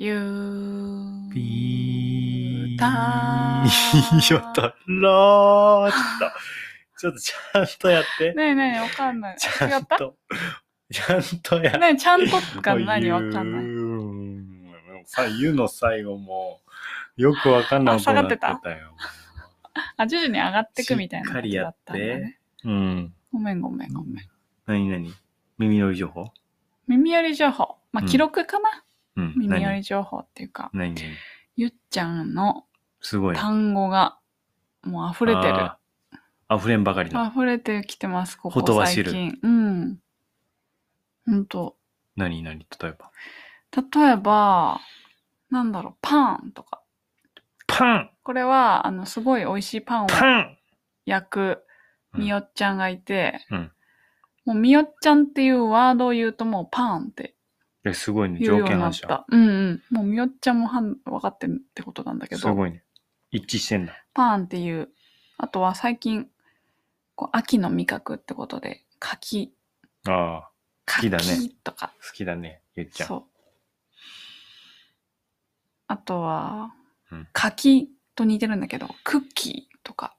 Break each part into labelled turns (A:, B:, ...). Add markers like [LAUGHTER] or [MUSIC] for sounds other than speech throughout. A: ゆ [LAUGHS]
B: ピ [LAUGHS] ー。
A: たー
B: よたらーっと。ちょっとちゃんとや [LAUGHS] って。
A: ねえねえ、わかんない。
B: ち
A: 違
B: ゃ
A: っ
B: ん
A: た
B: と。ちゃんとや
A: ねえ、ちゃんとが何わかんない。
B: ない。さ、ゆの最後も、よくわかんないことになって
A: あ
B: たよ。
A: あ、徐々に上がってくみたいな
B: しっかりやって
A: ことだたんだね
B: うん。
A: ごめんごめんごめん。
B: なになに耳のり情報
A: 耳寄り情報。まあ、
B: うん
A: 記録かな、
B: うん。
A: 耳寄り
B: 何
A: 情報っていうか、
B: 何
A: ゆっちゃんの
B: すごいね。
A: 単語がもう溢れてる。
B: あー。溢れんばかりの。
A: 溢れてきてます、こ
B: ほと
A: こ
B: ばし
A: 最
B: る
A: 近。うん。ほんと。
B: 何何例えば。
A: 例えば、なんだろう、パンとか。
B: パン
A: これは、あの、すごい美味しいパンを
B: パン
A: 焼く
B: うん
A: みよっちゃんがいて、
B: うん
A: もうみよっちゃんっていうワードを言うともうパンって
B: えすごいね。
A: 言うよ
B: 条
A: うに
B: 件
A: なっ
B: 反射。
A: た。うんうん。もうみよっちゃんもはん分かってるってことなんだけ
B: す
A: ど、
B: ごいね。一致してんだ。
A: パンっていう。あとは最近、こう秋の味覚ってことで、柿、
B: ああ、好
A: 柿
B: きだね
A: とか。
B: 好きだね、ゆっちゃん。
A: そう。あとは
B: うん、
A: 柿と似てるんだけど、クッキーとか。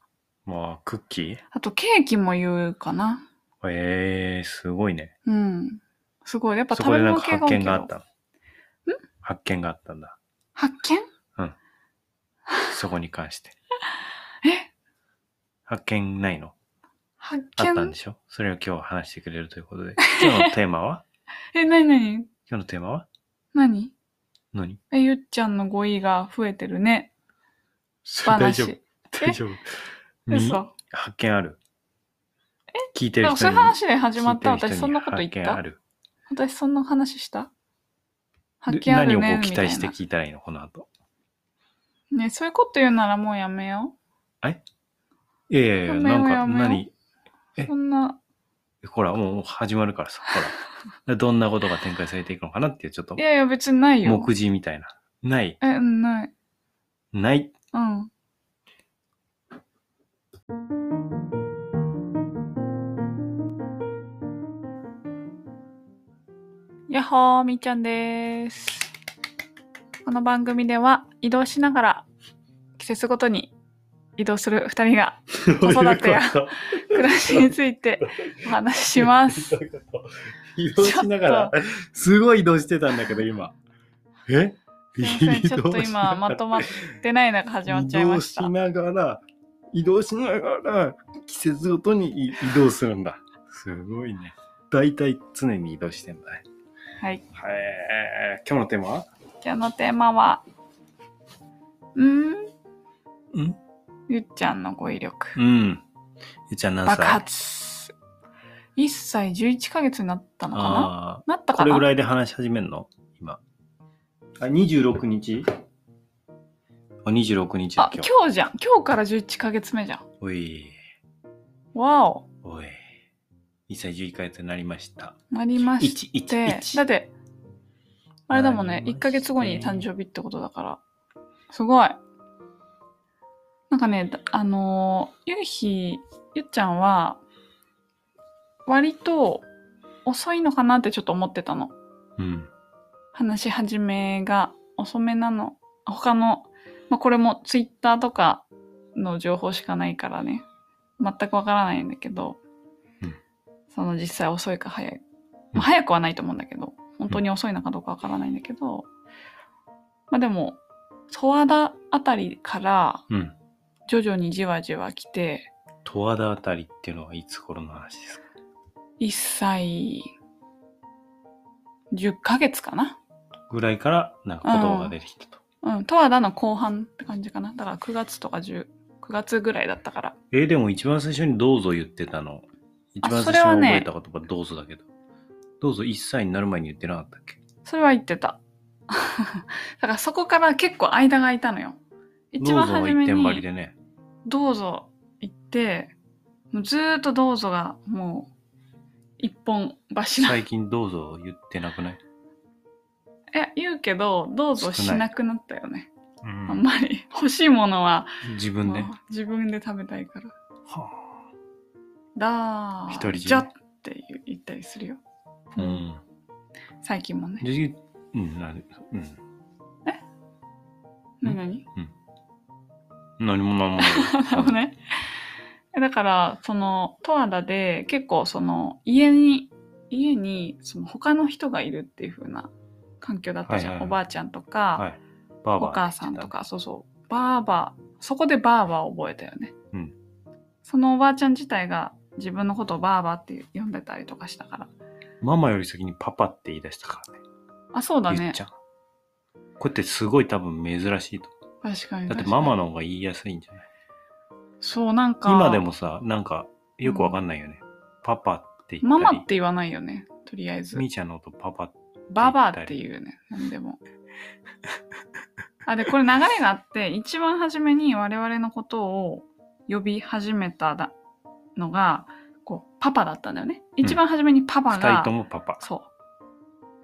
B: まあ、クッキー
A: あとケーキも言うかな。
B: ええすごいね。
A: うん。すごい。やっぱ
B: そ
A: 食
B: こ
A: べ
B: でなん
A: 物
B: か
A: 系が多い
B: 発見
A: け
B: があ
A: ど
B: っ。たの。発見があったんだ。
A: 発見
B: そこに関して。
A: え
B: 発見ないの
A: 発
B: あったん
A: 見
B: でしょそれを今日話してくれるということで。 [LAUGHS] 今日のテーマは
A: え、なになに
B: 今日のテーマは
A: なに
B: 何
A: え、ゆっちゃんの語彙が増えてるね。
B: [LAUGHS] 大丈夫。
A: 話。
B: 大丈夫。み
A: 嘘。
B: 発見ある。聞いて
A: で
B: る
A: も
B: 人
A: そう
B: に。
A: いう話で始まった
B: 聞いて
A: 私
B: る人に
A: そんなこと言っ
B: 発見あ
A: た
B: る。
A: 私そんな話した発
B: で
A: 見あるね。
B: 何をこう期
A: みたい
B: 待
A: な
B: して聞いたらいいのこの後。
A: ねそういうこと言うならもうやめよ
B: いやいやいや、
A: やめよ
B: な
A: うんや
B: か、
A: めよう
B: 何、え
A: う。そんな、
B: ほら、もう始まるか
A: [LAUGHS]
B: らさ、ほら。どんなことが展開されていくのかなっていう、ちょっと
A: い、やいや別にないよ。
B: 目次みたいな。ない、
A: え、うんない。
B: ない。
A: うん。やっほー、みーちゃんです。この番組では移動しながら季節ごとに移動する2人が [LAUGHS]
B: 子
A: 育てや暮らしについてお話しします。
B: [LAUGHS] 移動しながら、すごい移動してたんだけど、今。え
A: すいません、
B: [LAUGHS]
A: ちょっと今まとまってない中始まっちゃいました
B: 移。動しながら、移動しながら、季節ごとに移動するんだ。すごいね。大体常に移動してんだね。
A: はい。
B: はい。今日のテーマは
A: 今日のテーマは、うーん
B: ん
A: ゆっちゃんの語彙力。
B: うん。ゆっちゃん何歳
A: 爆発。1歳11ヶ月になったのかな
B: あ
A: なっ
B: あ
A: た
B: ー、こ
A: か
B: れぐ
A: な
B: らいで話し始めるの今。あ、26日あ、26日だ
A: あ、
B: 今日。
A: 今日じゃん。今日から11ヶ月目じゃん。
B: おい、
A: わお。
B: おい。1歳11ヶ月になりました。
A: なりまし
B: 1、1、
A: て。だっ
B: 1。
A: て、あれだもん
B: な
A: ね。
B: りまして
A: 1ヶ月後に誕生日ってことだから。すごい。なんかね、だあのー、ゆうひ、ゆっちゃんは、割と遅いのかなってちょっと思ってたの。
B: うん。
A: 話し始めが遅めなの。他の、まあ、これもツイッターとかの情報しかないからね、全くわからないんだけど、
B: うん
A: その実際遅いか早い。
B: うん
A: まあ、早くはないと思うんだけど、本当に遅いのかどうかわからないんだけど、まあでも、十和田あたりから
B: うん。
A: 徐々にじわじわ来て、
B: 十和田あたりっていうのはいつ頃の話ですか
A: 1歳10ヶ月かな
B: ぐらいから、なんか言葉が出てきたと。
A: うん、十和田の後半って感じかな。だから9月とか10、9月ぐらいだったから。
B: えーでも一番最初にどうぞ言ってたの。一番
A: そ
B: 最
A: れは
B: 初に覚
A: ね
B: えた言葉どうぞだけど。どうぞ1歳になる前に言ってなかったっけ
A: それは言ってた。 [LAUGHS] だからそこから結構間が空いたのよ。一
B: ど
A: 番
B: うぞは
A: 初
B: 一
A: め
B: 点張りで
A: に、
B: ね。
A: どうぞ行って、もうずーっとどうぞがもう一本柱。
B: 最近どうぞ言ってなくない
A: え、言うけど、どうぞしなくなったよね。
B: う
A: あん
B: ん、
A: まり [LAUGHS] 欲しいものは、
B: 自分で。
A: もう自分で食べたいから。
B: は
A: だー、
B: 独り占め
A: じゃって言ったりするよ。
B: あうん。
A: 最近もね。
B: じうん、なるうん。
A: なになに
B: 何も
A: な
B: 何も
A: るほどね。だから、その、十和田で、結構、その、家に、家に、その、他の人がいるっていう風な環境だったじゃん。
B: はいはいはい
A: おばあちゃんとか、
B: はいバーバー
A: お母さんとか、そうそう、バーバー、そこでバーバーを覚えたよね。
B: うん
A: そのおばあちゃん自体が、自分のことをバーバーって呼んでたりとかしたから。
B: ママより先にパパって言い出したからね
A: あ、そうだ
B: ゆっ
A: ね
B: ち。ゃんこれってすごい多分珍しいと
A: 確
B: 思
A: かに確か
B: う
A: に。
B: だってママの方が言いやすいんじゃない
A: そう、なんか、
B: 今でもさなんかよくわかんないよね、パパって言ったり
A: ママって言わないよね。とりあえず。
B: みーちゃんのことパパ
A: ババアっていうね、なんでも。あ、で、これ流れがあって、一番初めに我々のことを呼び始めただのが、こう、パパだったんだよね。
B: ん
A: 一番初めにパパ
B: 二
A: が、
B: 人ともパパ
A: そう、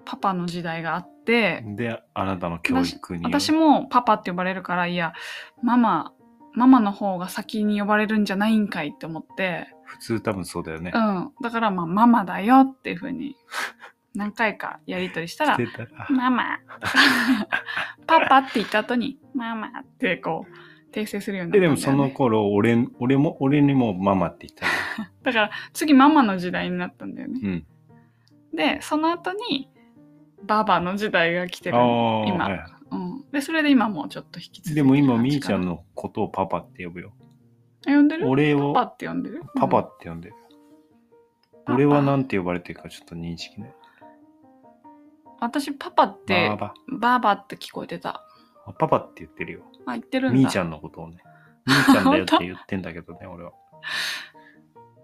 A: パパの時代があって、
B: であなたの教育による
A: 私もパパって呼ばれるから、いや、ママ、ママの方が先に呼ばれるんじゃないんかいって思
B: [LAUGHS]
A: って、
B: 普通多分そうだよね、
A: うん。だから、まあ、ママだよっていうふうに、何回かやりとりした
B: [LAUGHS]
A: ら、
B: してたら
A: マ
B: [LAUGHS]
A: マ。パパって言った後に、ママってこう、訂正するようにな
B: で
A: った
B: で
A: ん
B: も
A: だよ、
B: そ
A: ね。
B: の頃俺俺も俺にもママって言った
A: だから、次ママの時代になったんだよね。
B: のうん
A: で、その後に、ババの時代が来てる。
B: ああ、
A: 今
B: はいは
A: うん。で、それで今もうちょっと引き
B: い、
A: 続いて
B: で
A: る
B: も今
A: 感
B: み
A: じ
B: ー
A: か
B: ちゃ。
A: なん
B: のことをパパって呼ぶよ
A: あ呼んでる
B: 俺を
A: パパって呼んでる
B: パパ
A: うん
B: って呼んでる、
A: パパ
B: 俺はなんて呼ばれてるかちょっと認識ない
A: 私、パパって、
B: バーバ
A: バーバって聞こえてた。
B: ーパパって言ってるよ
A: あ、言ってるんだ。
B: みーちゃんのことをねみーちゃんだよって言ってんだけど
A: [LAUGHS]
B: ね俺は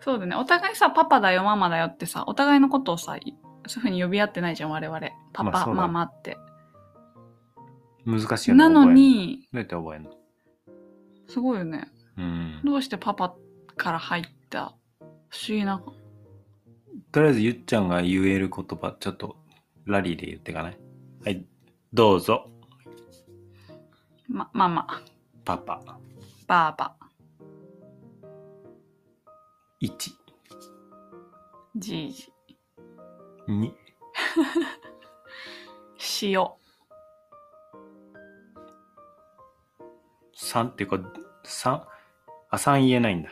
A: そうだね。お互いさ、パパだよ、ママだよってさ、お互いのことをさ、いそういうふうに呼び合ってないじゃん、我々。パパ、
B: まあそうだね
A: ママって。
B: 難しいよね
A: なの
B: 覚える
A: に、
B: どうやって覚えるの
A: すごいよね。
B: うん
A: どうしてパパから入った不思議な。
B: とりあえずゆっちゃんが言える言葉ちょっとラリーで言ってかないはいどうぞ
A: ま、ママ、
B: パパ
A: バーバ、
B: 12
A: じいじ、塩。
B: 3っていうか3あ3言えないんだ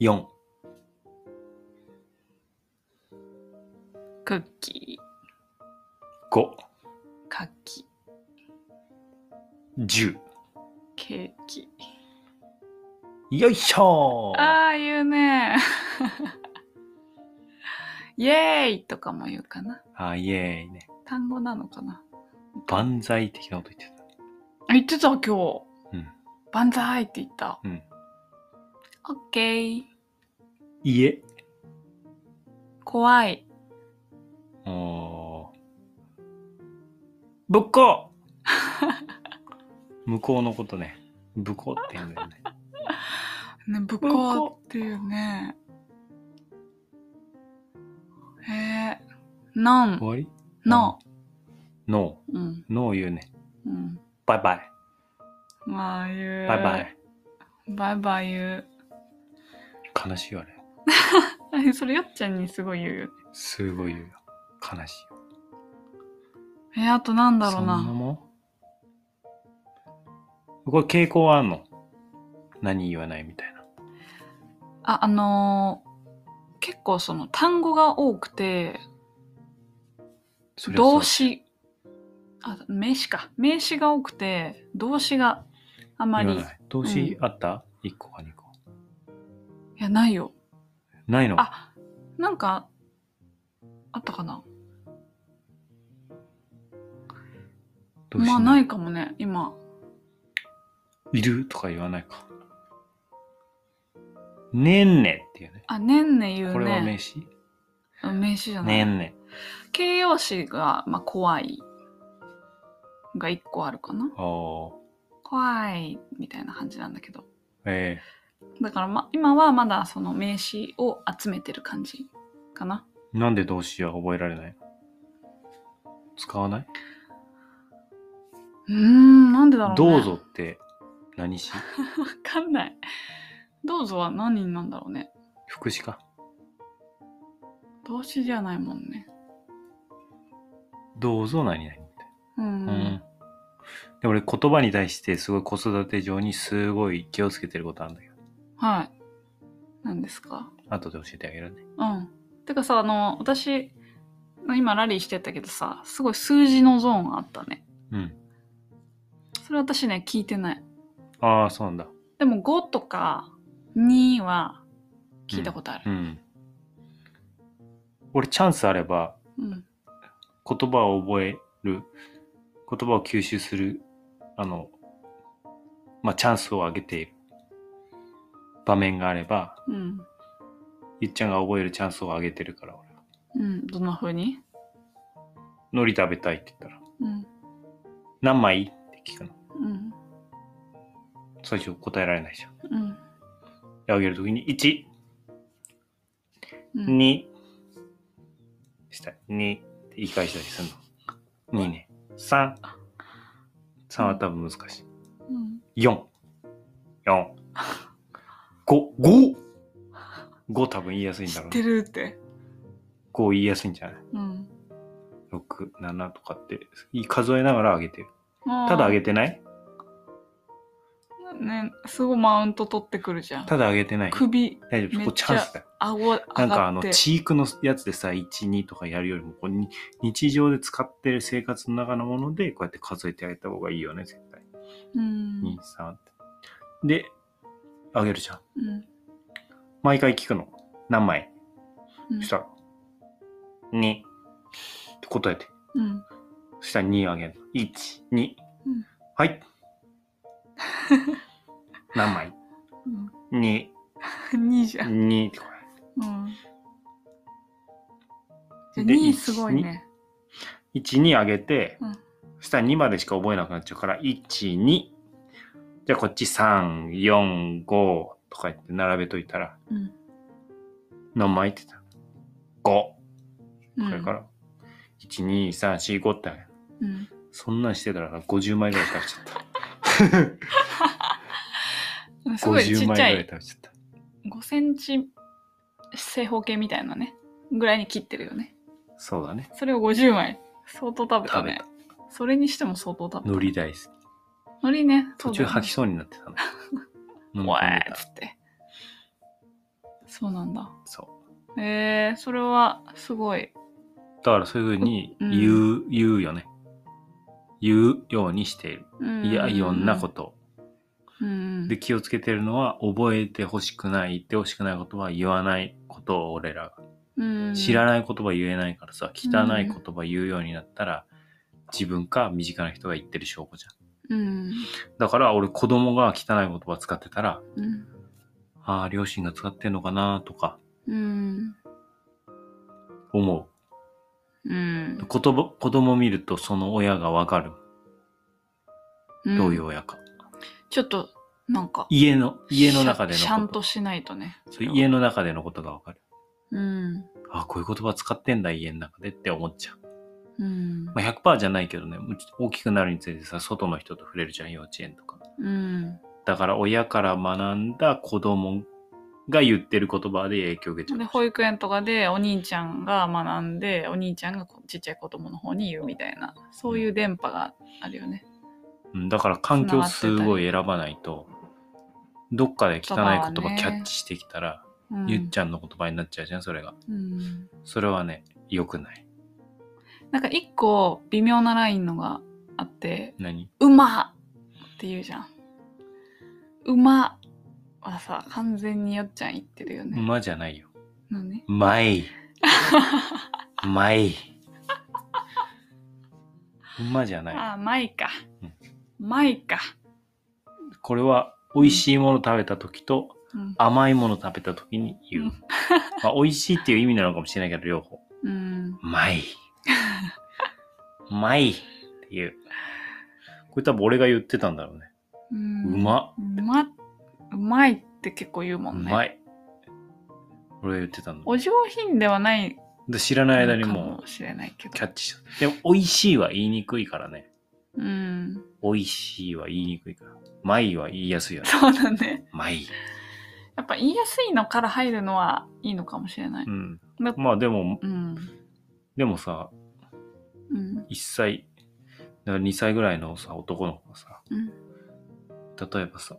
B: 4
A: クッキー、
B: 5
A: カキ、
B: 10
A: ケーキ。
B: よいしょー
A: ああ、言うね。イエーイとかも言うかな。
B: あイエーイね
A: 単語なのかな。
B: 万歳的なこと言ってた
A: あ言ってた、今日。
B: うん
A: 万歳って言った。
B: うん
A: オッケー。
B: 家
A: 怖い。
B: おーぶっ
A: [LAUGHS]
B: こ向こうのことねぶこって言うんだよね
A: ね、ぶっ
B: ぶっ
A: こ
B: こ
A: っていうね。へえ。なん
B: 終、わり
A: の、
B: ノ
A: うん、
B: ーノー言うね
A: うん。
B: バイバイ
A: まあ言う。
B: バイバ。イ
A: バイバイ言
B: 悲しいよあれ
A: う。 [LAUGHS] えそれよっちゃんにすごい言うよね。
B: すごい言うよ悲しいよ
A: えあとなんだろう
B: そんな
A: な。
B: もんこれ傾向はあんの何言わないみたいな
A: あ、あのー結構その単語が多くて、
B: そりゃそう
A: 動詞、あ、名詞か。名詞が多くて、動詞があまり、
B: 言わ
A: い
B: ない動詞あった、一 ?1 個か2個
A: や、ないよ。
B: ないの
A: あ、なんか、あったかな
B: 動詞
A: まあ、ないかもね、今。
B: いるとか言わないか。ねんねっていうね。
A: あ、ねんね言うね。
B: これは名詞
A: うん名詞じゃない。
B: ねんね。
A: 形容詞が、まあ、怖い。が一個あるかな。
B: おー
A: 怖い、みたいな感じなんだけど。
B: え
A: だから、ま、今はまだその名詞を集めてる感じかな。
B: ー、なんで動詞は覚えられないの使わないう
A: ーん、なんでだろうね。
B: どう。ぞって
A: [LAUGHS]
B: 何詞
A: わかんない。どうぞは何になんだろうね。
B: 副詞か。
A: 動詞じゃないもんね。
B: どうぞ何々みたい
A: うん。
B: な。うん。で俺言葉に対してすごい子育て上にすごい気をつけてることあるんだけど
A: はい。何ですか
B: 後で教えてあげるね
A: うん。てかさ、あの、私、今ラリーしてたけどさ、すごい数字のゾーンあったね。
B: うん
A: それ私ね、聞いてない。
B: ああそうなんだ
A: でも5とか2は聞いたことあ
B: う
A: る。
B: ん俺チャンスあれば
A: うん。
B: 言葉を覚える言葉を吸収するあのまあチャンスをあげている場面があれば
A: うん。
B: ゆっちゃんが覚えるチャンスをあげてるから俺は
A: うん。どんな風に
B: 海苔食べたいって言ったら
A: うん。
B: 何枚って聞くの
A: うん。
B: 最初答えられないじゃん
A: うん。
B: であげるときに1
A: うん。
B: 2した2って言い返したりするの2ね33は多分難し
A: うん
B: い4455多分言いやすいん
A: 知
B: だろ
A: っ
B: う
A: て
B: ね
A: るって。
B: 5言いやすいんじゃない
A: うん。
B: 67とかって数えながら上げてる
A: た
B: ただ上げてない
A: ね、すごいマウント取ってくるじゃん。
B: ただ上げてない
A: 首、
B: 大丈夫そ
A: めっ
B: こ
A: ち
B: チ
A: ゃ
B: ャンスだよ
A: 顎上がって。
B: なんかあの、チークのやつでさ、1、2とかやるよりも、こうに日常で使ってる生活の中のもので、こうやって数えてあげた方がいいよね、絶対。
A: うん。
B: 2、3って。で、あげるじゃん。
A: うん。
B: 毎回聞くの。何枚
A: うん
B: そしたら、2って答えて。
A: うん。
B: そしたら2あげる。1、2
A: うん。 [LAUGHS]
B: はい。何枚
A: うん。
B: ?2、
A: 2じゃん。
B: 2ってこ
A: う
B: れ。
A: ん。じゃあ
B: で
A: 2すごいね。
B: 12上げて、
A: うん
B: そしたら2までしか覚えなくなっちゃうから12じゃあこっち345とか言って並べといたら
A: うん。
B: 何枚って言ったら
A: う
B: 5こ
A: ん
B: れから、12345ってあげる
A: うん。
B: そんなんしてたら50枚ぐらい食べちゃった
A: [LAUGHS] すごいち
B: [LAUGHS] 50枚
A: っ
B: ぐ
A: ちゃ
B: らい
A: い
B: 食べちゃった
A: 5センチ正方形みたいなねぐらいに切ってるよね
B: そうだね
A: それを50枚相当食べた
B: 食べ
A: ね
B: た
A: それにしても相当食べた
B: 海苔大好き
A: 海苔ね
B: 途中吐き
A: そ
B: そうになって
A: [LAUGHS]
B: たの
A: う
B: 飲
A: だね
B: み
A: わ
B: 込んで
A: ー
B: た
A: っつってそうなんだ
B: そう
A: えー、それはすごい
B: だからそういうふうに
A: うん
B: 言う、言うよね言うようにしているいやいろんなことを
A: うん
B: で気をつけてるのは覚えてほしくない言ってほしくないことは言わないことを俺ら
A: うん
B: が知らない言葉言えないからさ汚い言葉言うようになったら自分か身近な人が言ってる証拠じゃん
A: うん
B: だから俺子供が汚い言葉使ってたら
A: うん
B: ああ両親が使ってんのかなとか
A: うん
B: 思
A: うん
B: う言葉子供見るとその親がわかる
A: うん
B: どういう親か、
A: ちょっとなんか
B: 家の家の中で
A: シャン
B: のこと
A: しないとね
B: そう家の中でのことがわかる
A: うん
B: ああこういう言葉使ってんだ家の中でって思っちゃう
A: うん
B: まあ、100%じゃないけどね、もうちょっと大きくなるにつれてさ、外の人と触れるじゃん、幼稚園とか。
A: うん
B: だから親から学んだ子供が言ってる言葉で影響を受けちゃ
A: で
B: う。
A: 保育園とかでお兄ちゃんが学んでお兄ちゃんがこちっちゃい子供の方に言うみたいなそういう電波があるよね。
B: うん、だから環境すごい選ばないと、どっかで汚い言葉
A: 言葉はね
B: キャッチしてきたら、
A: うん、
B: ゆっちゃんの言葉になっちゃうじゃん、それが。
A: うん
B: それはね、良くない。
A: なんか一個微妙なラインのがあって
B: 何
A: 「うま!」って言うじゃん。うまはさ完全によっちゃん言ってるよね。
B: 馬じゃないよ。
A: 何
B: うまい。うまい。馬じゃない。
A: ああまいか
B: うん。
A: まいか。
B: これは、美味しいもの食べた時と、
A: うん
B: 甘いもの食べた時に言う。
A: うん
B: まあ、美味しいっていう意味なのかもしれないけど、両方。
A: うん
B: うまい。うまいっていう。これ多分俺が言ってたんだろうね。
A: う
B: うんま、
A: うまうまいって結構言うも
B: うん
A: ね。
B: まい。俺が言ってたんだ
A: お上品ではない
B: で。知らない間に
A: か
B: も
A: もしれないけ
B: うキ
A: ど
B: ャッチした。でも、美味しいは言いにくいからね。
A: うん
B: 美味しいは言いにくいから。まいは言いやすいよね。
A: そうだね
B: まい。
A: やっぱ言いやすいのから入るのはいいのかもしれない
B: うん
A: だ。
B: まあでも
A: う、ん
B: でもさ、
A: うん
B: 一切、だから2歳ぐらいのさ、男の子がさ、
A: うん
B: 例えばさ、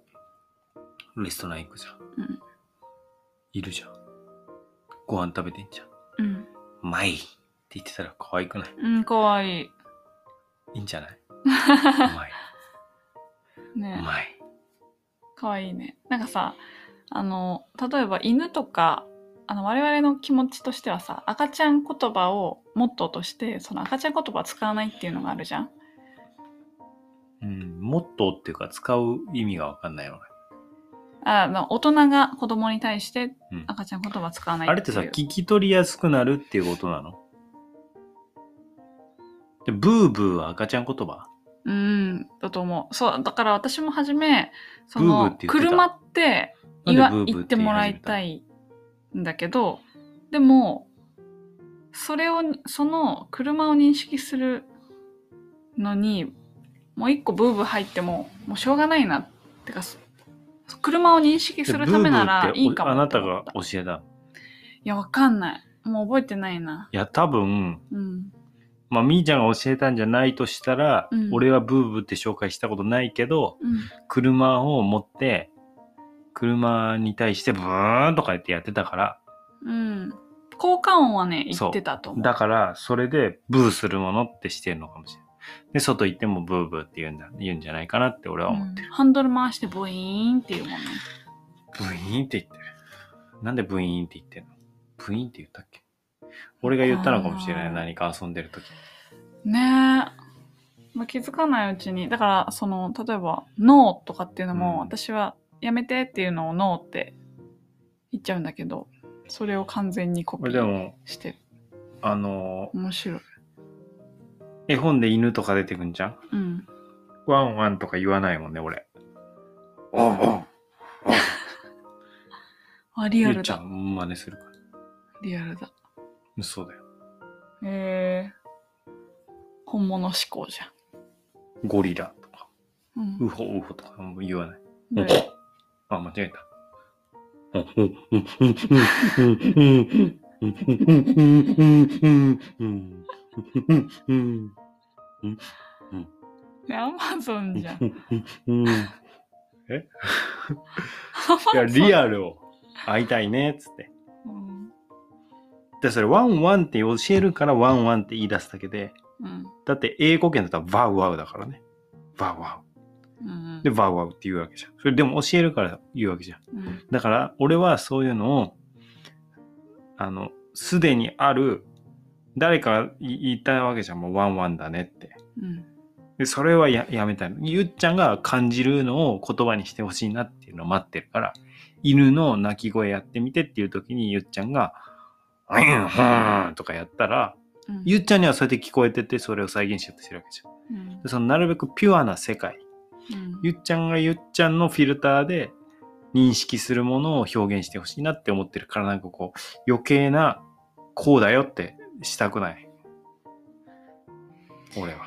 B: レストラン行くじゃん。
A: うん
B: いるじゃん。ご飯食べてんじゃん。
A: うん
B: うまいって言ってたら可愛くない
A: うんかわいい
B: いいん
A: [LAUGHS]
B: じゃないうまい。う
A: ね
B: まい。
A: かわいいねなんかさあの例えば犬とかあの我々の気持ちとしてはさ赤ちゃん言葉をモットーとしてその赤ちゃん言葉は使わないっていうのがあるじゃん
B: うん、モットーっていうか使う意味がわかんないよね。
A: あまあ大人が子供に対して
B: うん
A: 赤ちゃん言葉使わない
B: あれってさ、
A: いう
B: 聞き取りやすくなるっていうことなのでブーブーは赤ちゃん言葉
A: うんだと思うそうだから私も初めそ
B: ブー
A: の
B: ブーって言ってた
A: 車って
B: な
A: 言
B: んで
A: わ
B: ブーブー
A: 言ってもらいたい
B: い。
A: んだけどでもそれをその車を認識するのにもう一個ブーブー入ってももうしょうがないなってかそ車を認識す
B: でブ
A: る
B: ー
A: た
B: ブ
A: めな
B: ー
A: ら
B: って
A: いいか
B: お
A: も
B: あなた
A: と思
B: が
A: った
B: 教えたの。
A: いやわかんないもう覚えてないない
B: や、多分、
A: うん
B: まあ、みーちゃんが教えたんじゃないとしたら、
A: うん
B: 俺はブーブーって紹介したことないけど、
A: うん
B: 車を持って、車に対してブーンとかやってやってたから、
A: うん。効果音はね、言ってたと思う。
B: だから、それでブーするものってしてるのかもしれない。で、外行ってもブーブーって言うんだ、言うんじゃないかなって俺は思う。
A: うんハンドル回してブイーンっていうもんね。
B: ブイーンって言ってる。なんでブイーンって言ってんのブイーンって言ったっけ俺が言ったのかもしれな
A: あ
B: い。
A: ー
B: 何か遊んでる時。
A: ねえ。まあ、気づかないうちに。だから、その、例えば、ノーとかっていうのも、
B: うん
A: 私はやめてっていうのをノーって言っちゃうんだけど、それを完全にコピ
B: 俺で
A: ー
B: も、
A: してる。
B: あの
A: 面白い。
B: ー、絵本で犬とか出てくんじゃん
A: うん。
B: ワンワンとか言わないもんね、俺。ワンワン。
A: あ、リア
B: ゆう
A: ル
B: ちゃ
A: だ。
B: ん真似するから。
A: リアルだ。
B: 嘘だよ。
A: へえ。本物思考じゃ
B: ゴリラとか、
A: ん。うん
B: ウホウホとかも言わない。
A: どれ
B: あ、間違えた。う
A: ねアマゾン
B: [LAUGHS]
A: じゃん。
B: んいや、リアルを会いたいね、つって。
A: うん。
B: で、それ、ワンワンって教えるから、ワンワンって言い出すだけで、
A: うん。
B: だって英語圏だったら、ワウワウだからね。ワウワ
A: うん
B: ウ。で、ワウワウって言うわけじゃん。それでも教えるから言うわけじゃん。
A: うん
B: だから、俺はそういうのを、あの、すでにある、誰かがい言ったわけじゃん、もうワンワンだねって。
A: うん
B: で、それはややめたいの。ゆっちゃんが感じるのを言葉にしてほしいなっていうのを待ってるから、犬の鳴き声やってみてっていう時にゆっちゃんが、うん、うん、とかやったら、
A: うん
B: ゆっちゃんにはそうやって聞こえてて、それを再現しようとしてるわけじゃん。
A: うん
B: でそのなるべくピュアな世界
A: うん
B: ゆっちゃんがゆっちゃんのフィルターで認識するものを表現してほしいなって思ってるからなんかこう余計なこうだよってしたくない俺は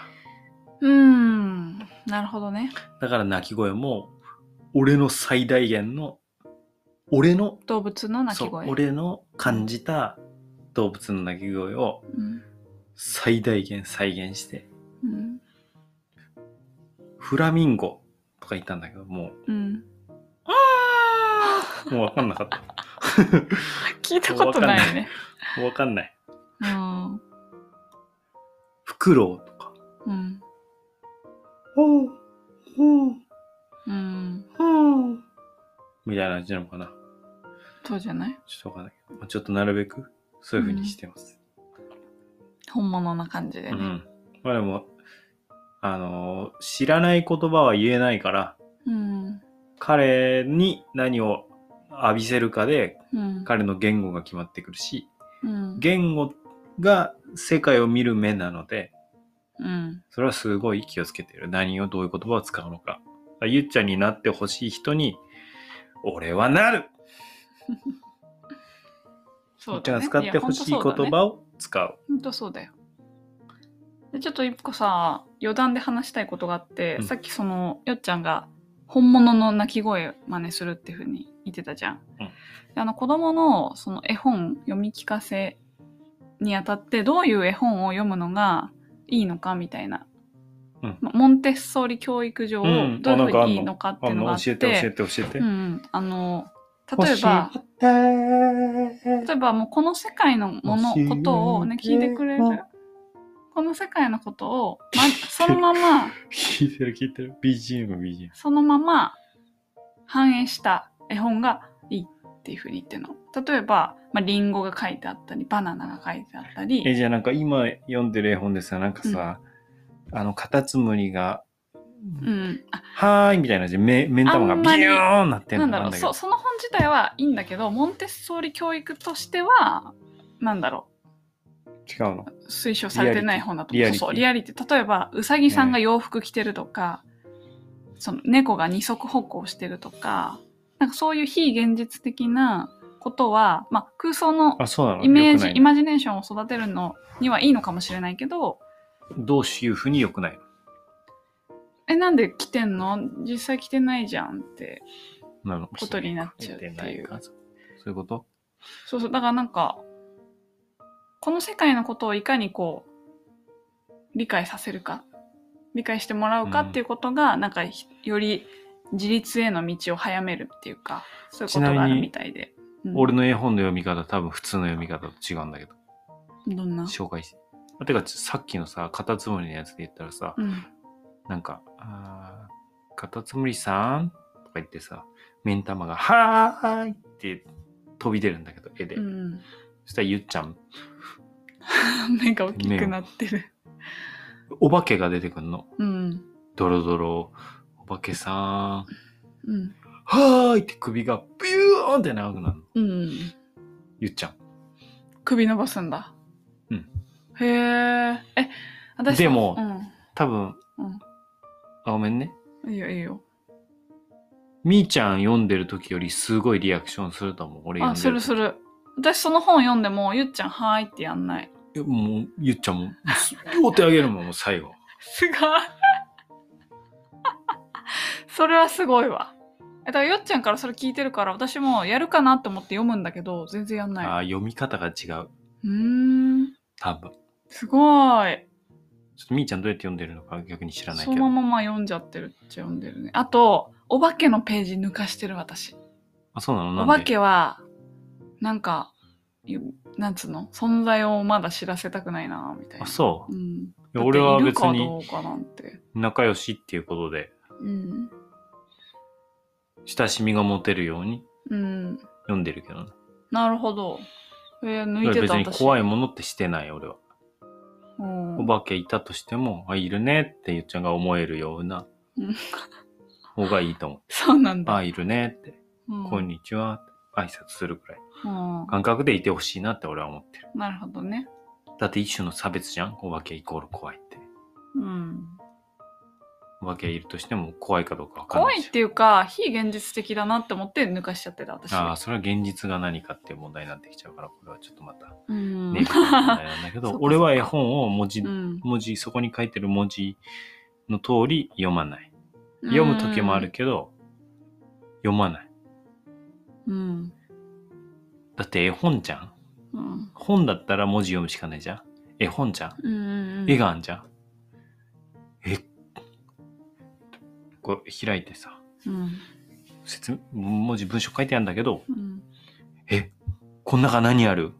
A: うーんなるほどね
B: だから鳴き声も俺の最大限の俺の
A: 動物の鳴
B: そ
A: き
B: う
A: 声
B: 俺の感じた動物の鳴き声を
A: うん
B: 最大限再現して
A: うん
B: フラミンゴとか言ったんだけども
A: うん
B: うもう分かんな
A: [LAUGHS]
B: かった
A: 聞いたことないね
B: もう分かんない
A: うん
B: フクロウとか
A: うん
B: ほうほう
A: うん
B: ほうみたいな感じなのかな。
A: そうじゃない
B: ちょっとわかんないけどまあ。ちょっとなるべく、そういう風にしてます。
A: 本物な感じ
B: う
A: で
B: ん。
A: ね
B: まあでも、あのー知らない言葉は言えないから、
A: うん
B: 彼に何を浴びせるかで、
A: うん
B: 彼の言語が決まってくるし、
A: うん
B: 言語が世界を見る目なので、
A: うん
B: それはすごい気をつけてる。何をどういう言葉を使うのか。ゆっちゃんになってほしい人に、俺はなる
A: そう
B: じゃ
A: だ
B: あ
A: ね
B: 使ってほしい言葉を使う。
A: 本当そうだよでちょっと一個さ余談で話したいことがあって、
B: うん
A: さっきそのよっちゃんが本物の鳴き声真似するっていうふうに言ってたじゃん。
B: うん
A: であの子供のその絵本読み聞かせにあたってどういう絵本を読むのがいいのかみたいな
B: うん
A: まモンテッソーリ教育上ど
B: う
A: うんいう
B: あなん
A: ふ
B: か
A: う
B: あ
A: ん
B: の
A: にいいのかってい
B: あ
A: うのがあ
B: の
A: っ
B: 教えて教え
A: て、
B: て教えて。
A: うんうん、あの例えば
B: 欲しかった
A: 例えばもうこの世界のもの
B: 教えて
A: ことをね聞いてくれる
B: うん
A: この世界のことを、ま、そのま
B: [LAUGHS]
A: ま
B: 聞いてる聞いてる。BGM、BGM。
A: そのまま反映した絵本がいいっていうふうに言ってるの。例えば、まあ、リンゴが書いてあったりバナナが書いてあったり
B: え、じゃあなんか今読んでる絵本でさ、なんかさ、あの、カタツムリが、
A: うん、あ
B: はーいみたいな感じで、目目ん玉が
A: あん
B: ビ
A: まり
B: ューンなってん
A: な
B: の
A: んだろう
B: け
A: そ
B: ど
A: うその本自体はいいんだけどモンテッソーリ教育としてはなんだろ
B: 違う
A: う
B: の。
A: 推奨されてない本だと
B: リ
A: 思
B: ア
A: う
B: リティ
A: そうそうリアリティ例えばウサギさんが洋服着てるとか、その猫が二足歩行してるとかなんかそういう非現実的なことは、まあ、空想の
B: あ、そうなの
A: イメージ、
B: 良く
A: イ
B: ない
A: マジネーションを育てるのにはいいのかもしれないけど、
B: のどういうふうに良くないの
A: え、なんで来てんの実際来てないじゃんって。
B: なの
A: ことになっちゃうっていう
B: 見なかそういうこと
A: そうそう、だからなんか、この世界のことをいかにこう、理解させるか、理解してもらうか
B: うん
A: っていうことが、なんかひ、より自立への道を早めるっていうか、そういうこ
B: ちな
A: と
B: みに
A: があるみたいで。うん
B: 俺の絵本の読み方多分普通の読み方と違うんだけど
A: どんな
B: 紹介してあてかさっきのさカタツムリのやつで言ったらさ、
A: うん。
B: なんか「あーカタツムリさん」とか言ってさ目ん玉が「はーい」って飛び出るんだけど絵で、
A: うん。 [LAUGHS]
B: そしたらゆっちゃん
A: 目が大きくなってる。
B: お化けが出てくんの
A: うん。
B: ドロドロお化けさん
A: うん。
B: 「はーい」って首がビューンって長くなるの
A: うん。
B: ゆっちゃん
A: 首伸ばすんだ。
B: うん。
A: へえ。え、私
B: でも
A: う
B: 多分、
A: うん
B: あごめんね
A: ん。いいよ、いいよ。
B: みーちゃん読んでる時よりすごいリアクションすると思う。俺読ん
A: あ、
B: でする
A: る
B: 時
A: する。私その本読んでも、ゆっちゃん、はーいってやんない。
B: いやもう、ゆっちゃんも、す両手あげるもん、もう
A: [LAUGHS]
B: 最後。
A: すごい。それはすごいわ。えだから、よっちゃんからそれ聞いてるから、私もやるかなって思って読むんだけど、全然やん
B: あ
A: な
B: あ、読み方が違う。
A: い。うーん。
B: 多分。
A: すごい。
B: ちょっとみーちゃんどうやって読んでるのか逆に知らない
A: そ
B: け
A: の
B: ど。
A: まま読んじゃってるっちゃ読んでるね。あと、お化けのページ抜かしてる私。
B: あ、そうなのな
A: お
B: んで
A: 化けは、なんか、ゆなんつうの存在をまだ知らせたくないな、みたいな。
B: あ、そうう。
A: ん。
B: や俺は別
A: だっている
B: に
A: かどうかなんて。
B: 仲良しっていうことで、
A: うん。
B: 親しみが持てるように
A: うん。
B: 読んでるけどね。
A: なるほど。えー、抜い
B: だから
A: て
B: 別
A: た
B: に怖
A: い。
B: いものってしてない、俺は。
A: うん
B: お化けいたとしても、あ、いるねってゆっちゃんが思えるような
A: うん
B: 方がいいと思う。
A: そうなんだ。
B: あ、いるねって、
A: うん
B: こんにちはって挨拶するくらい。
A: うん
B: 感覚でいてほしいなって俺は思ってる。
A: なるほどね。
B: だって一種の差別じゃんお化けイコール怖いって。
A: うん。
B: お化けいるとしても怖いかどうかわかんな
A: 怖
B: い
A: い
B: じゃん。
A: っていうか、非現実的だなって思って抜かしちゃってた、私。
B: ああ、それは現実が何かっていう問題になってきちゃうから、これはちょっとまた、ね、
A: うん。
B: ネクタイの問題なん
A: そ
B: だけ
A: っかそっ
B: ど
A: か、
B: 俺は絵本を文字、
A: [LAUGHS] うん
B: 文字、そこに書いてる文字の通り読まない。 [LAUGHS] 読む時もある。けど、読まない。
A: うん。
B: だって絵本じゃん
A: うん。
B: 本だったら文字読むしかないじゃん絵本じゃん
A: うん。
B: 絵があんじゃんえこう開いてさ、
A: うん。
B: 説明文字文章書いてあるんだけど、
A: うん。
B: え、こん中何ある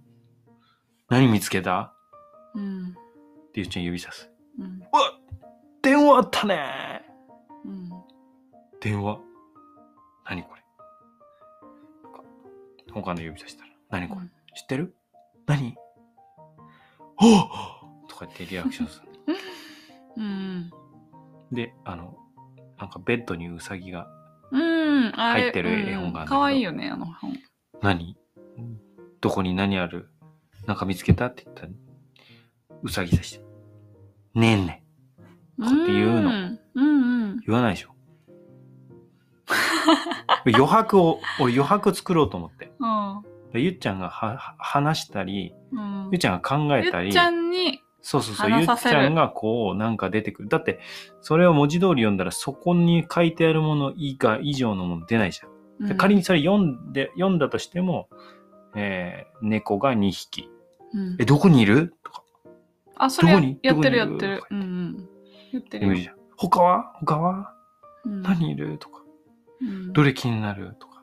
B: 何見つけた
A: うん。
B: ってゆうちゃん指さす。
A: うん。
B: うわ電話あったね
A: うん。
B: 電話。何これなんか他の指さしたら。何これ、
A: うん
B: 知ってる何はっとか言ってリアクションする。
A: うん。
B: [LAUGHS] で、あの、なんかベッドにウサギが、
A: うん。あれ
B: 入ってる絵本があるんだけど
A: うん可愛いよね、あの本。
B: 何どこに何あるなんか見つけたって言ったら、ウサギ指して。ねえねえ。こうやって言うの
A: んうんうん。
B: 言わないで [LAUGHS] しょ余白を俺余白作ろうと思ってゆっちゃんがはは話したり
A: うん。うん
B: ゆっちゃんが考えた
A: ゆ
B: り
A: っちゃんに、
B: そうそうそうゆ
A: 話
B: っ
A: させ
B: ち
A: る
B: ゃんがこうなんか出てくるだってそれを文字通り読んだらそこに書いてあるもの以下以上のもの出ないじゃん、で
A: うん
B: 仮にそれ読んで読んだとしても、えー猫が2匹
A: うん
B: 「えどこにいる?」とか
A: あ、それや
B: どこに
A: やってるや
B: ど
A: っ
B: こに
A: てる。うん言ってる
B: 無
A: よ。
B: 理じゃん。他は他は
A: うん、
B: 何いるとか。
A: うん
B: どれ気になるとか。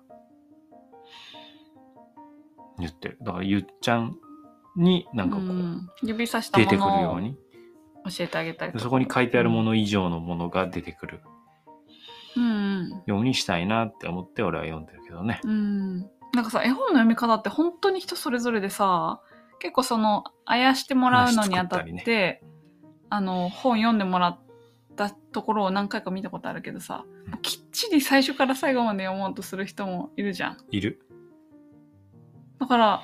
B: 言ってる。だから、ゆっちゃんになんかこう、
A: ん指さした
B: 出
A: も
B: てくるよ
A: の
B: う
A: を
B: に。
A: 教えてあげたりとか
B: そこに書いてあるもの以上のものが出てくる
A: うん
B: ようにしたいなって思って俺は読んでるけどね。
A: うん、うん、なんかさ絵本の読み方って本当に人それぞれでさ結構そのあやしてもらうのにあたって、
B: 話作っ
A: あの本読んでもらったところを何回か見たことあるけどさ、
B: うん
A: きっちり最初から最後まで読もうとする人もいるじゃん
B: いる。
A: だから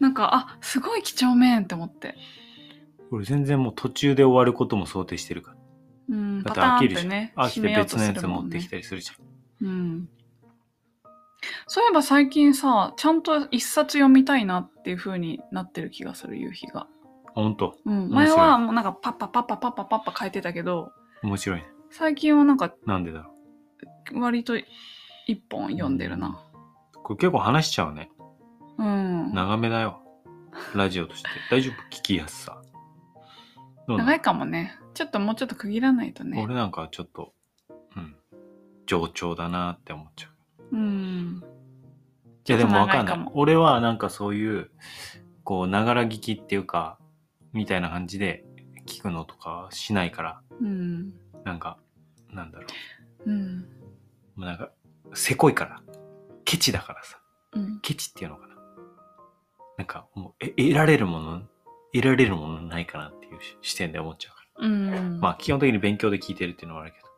A: なんかあすごい几帳面って思って、
B: 俺全然もう途中で終わることも想定してるから。
A: うん、パ
B: だって
A: タ
B: 飽
A: ー
B: き
A: ン
B: る
A: っ
B: じ
A: て
B: ゃん
A: ね。
B: 飽き
A: 決
B: て
A: めようと
B: 別のや
A: す
B: つ
A: るも
B: 持
A: ん
B: って
A: ね
B: きたりするじゃん。
A: うんそういえば最近さ、ちゃんと一冊読みたいなっていう風になってる気がする、夕日が。
B: あほんと。
A: うん。
B: 面白い
A: 前はもうなんかパッパパッパパッパパッパ書いてたけど、
B: 面白いね。
A: 最近はなんか
B: なんでだろ
A: 割と一本読んでるな。
B: う。これ結構話しちゃうね。
A: うん。
B: 長めだよ。ラジオとして。
A: [LAUGHS]
B: 大丈夫聞きやすさ。どうなの
A: 長いかもね。ちょっともうちょっと区切らないとね
B: 俺。なんかちょっと、うん。冗長だなって思っちゃう。
A: うん。
B: いやでもわかん
A: ちょっと長い
B: な
A: か
B: い
A: も
B: 俺はなんかそういう、こう、ながら聞きっていうか、みたいな感じで聞くのとかしないから、
A: うん。
B: なんか、なんだろう。
A: うん。
B: もうなんか、せこいから。ケチだからさ。
A: うん。
B: ケチっていうのかな。なんか、もう、え、得られるもの、得られるものないかなっていう視点で思っちゃうから。
A: うん。
B: まあ、基本的に勉強で聞いてるっていうのはあるけど。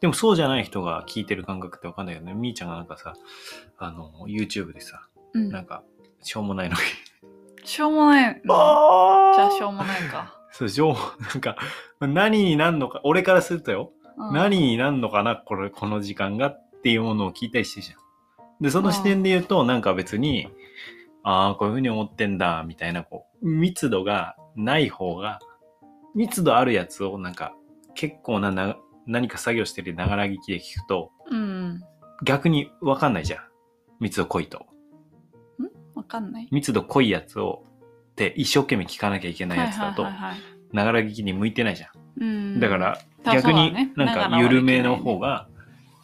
B: でも、そうじゃない人が聞いてる感覚ってわかんないよね。みーちゃんがなんかさ、あの、YouTube でさ、
A: う
B: なん
A: ん、
B: か、しょうもないのに。
A: しょうもない。じゃ
B: あ
A: あしょうもないか。
B: そう、しょうも、なんか、何になんのか、俺からするとよ、
A: うん
B: 何になんのかな、これ、この時間がっていうものを聞いたりしてるじゃん。で、その視点で言うと、なんか別に、ああ、こういうふうに思ってんだ、みたいな、こう、密度がない方が、密度あるやつを、なんか、結構なな、何か作業してるながら聞きで聞くと、
A: うん。
B: 逆にわかんないじゃん。密度濃いと。
A: わかんない。
B: 密度濃いやつを、って一生懸命聞かなきゃいけないやつだと
A: はい、はいはいはい
B: ながら聞きに向いてないじゃん。
A: うん
B: だか
A: う
B: ら
A: ん
B: 逆
A: そうだ
B: に
A: ね
B: なんか緩めの方が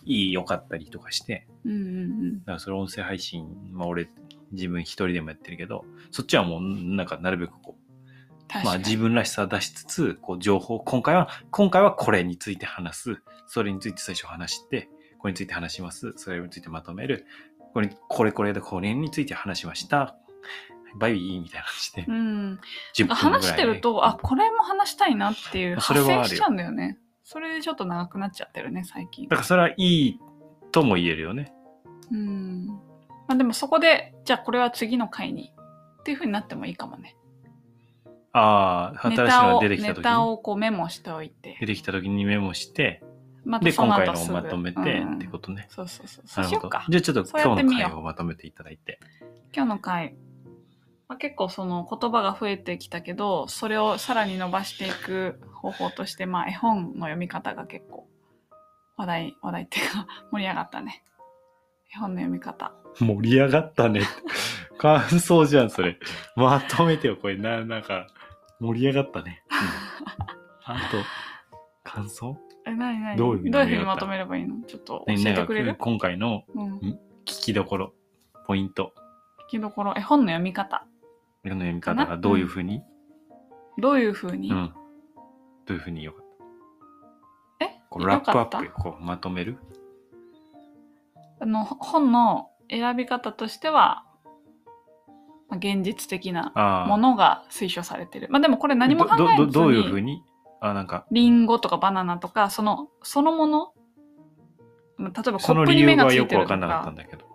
B: いい良かったりとかして、
A: うんうん
B: だからそれ音声配信、まあ俺自分一人でもやってるけど、そっちはもうなんかなるべくこう、
A: うん。確か
B: まあ
A: に。
B: 自分らしさ出しつつ、こう情報、今回は、今回はこれについて話す、それについて最初話して、これについて話します、それについてまとめる、これ、これこれでこれについて話しました、バイビーみたいな感じで
A: う、ん。
B: 10分ぐらい
A: 話してると、あ、これも話したいなっていう
B: それ
A: 発
B: はあるよ
A: 生しちゃうんだよね。それでちょっと長くなっちゃってるね、最近
B: だ。からそれはいいとも言えるよね。
A: うん。まあでもそこで、じゃあこれは次の回にっていう風になってもいいかもね。
B: ああ、
A: ネ
B: 新しいの
A: タ
B: が
A: を、
B: 出てきた
A: ネ
B: 時に。
A: タをこうメモしておいて
B: 出。てきた時にメモして、
A: また
B: で、
A: そ
B: 今
A: の
B: 回
A: 後
B: のを
A: すぐ
B: まとめて
A: うん
B: ってことね。
A: そうそうそう。そ
B: な
A: う
B: る
A: しよ
B: ほ
A: う
B: ど
A: か。。
B: じゃあちょっと
A: そうや
B: 今
A: って
B: 日の
A: みよう
B: 回をまとめていただいて。
A: 今日の回、まあ、結構その言葉が増えてきたけどそれをさらに伸ばしていく方法として、まあ、絵本の読み方が結構話題話題っていうか盛り上がったね絵本の読み方
B: 盛り上がったねって。感想じゃん、
A: [LAUGHS]
B: それ。まとめてよ、これ。な、なんか、盛り上がった
A: [LAUGHS]
B: ね。うんあと、感想
A: え何何
B: どういうふうに
A: どういうふうにまとめればいいのちょっと教
B: ね
A: え
B: な
A: て
B: ん
A: くれる
B: か、、今回の
A: うん、聞
B: 聞きどころ、ポイント、
A: きどころ絵本の読み方
B: の読み方
A: かな
B: がどういうふうに、
A: どういうふう
B: う
A: に、
B: ん、どういうふうによかった。
A: え
B: こうラップア
A: よか
B: ッ
A: っ
B: プ、こう、まとめる
A: あのほ本の選び方としてはまあ現実的な
B: ああ。
A: ものが推奨されてるまあでもこれ何も考えず
B: ど
A: に
B: どどういうふうにあ、なんか、
A: リンゴとかバナナとか、その、そのもの、まあ例えばコ
B: その
A: ップ
B: 理
A: に
B: 由
A: 目が
B: は
A: つい
B: よ
A: て
B: く
A: る
B: わ
A: とか、
B: かんなかったん
A: ま
B: だけど。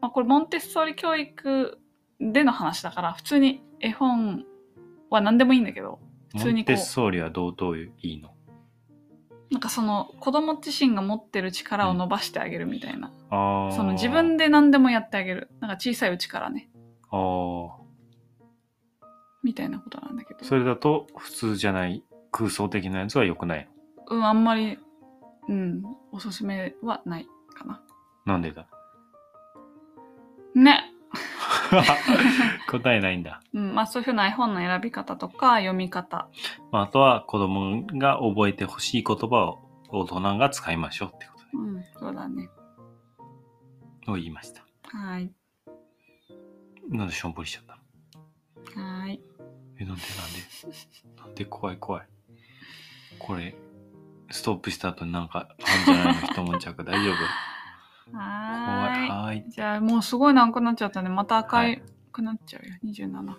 A: あ、これモンテッソーリ教育での話だから、普通に絵本は何でもいいんだけど、普
B: モ
A: 通に
B: ン
A: こう
B: テッソーリはどうどういういいの
A: なんかその子供自身が持ってる力を伸ばしてあげるみたいな。
B: あー
A: その自分で何でもやってあげる。なんか小さいうちからね、
B: あー
A: みたいなことなんだけど。
B: それだと普通じゃない空想的なやつは良くない
A: うん、あんまり、うん、おすすめはないかな。
B: なんでだ
A: ね
B: [LAUGHS] 答えないんだ。
A: うん、まあそういうふうな絵本の選び方とか読み方。
B: まあ、あとは子供が覚えてほしい言葉を大人が使いましょうってこと
A: うん、そうだね。
B: ねを言いました。
A: はい。
B: なんでしょんぼりしちゃった
A: はい。
B: え、なんでなんでなんで怖い怖い。これ、ストップした後になんかあるんじゃないの一悶着大丈夫怖い。
A: [LAUGHS] は
B: はーい
A: ー。い。じゃあもうすごい長くなっちゃったね。また赤
B: はい
A: くなっちゃうよ。27分。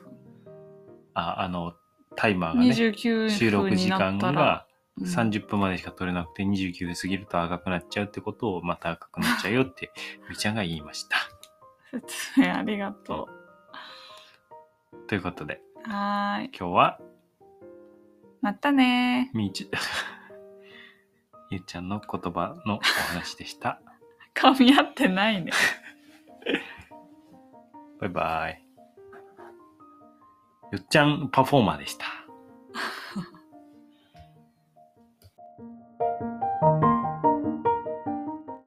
B: あ、あの、タイマーがね、収
A: 29
B: 録
A: 分
B: 時
A: にな
B: 間
A: ったら。
B: が30分までしか取れなくて29分過ぎると赤くなっちゃうってことをまた赤くなっちゃうよって、みーちゃんが言いました。
A: うん説明ありがと
B: ということで、
A: う。はーい。
B: 今日は
A: またね
B: みーちゃん、 [LAUGHS] ゆうちゃんの言葉のお話でした。
A: ー。噛み合ってないね。
B: バイバイ。ゆっちゃんパフォーマーでした。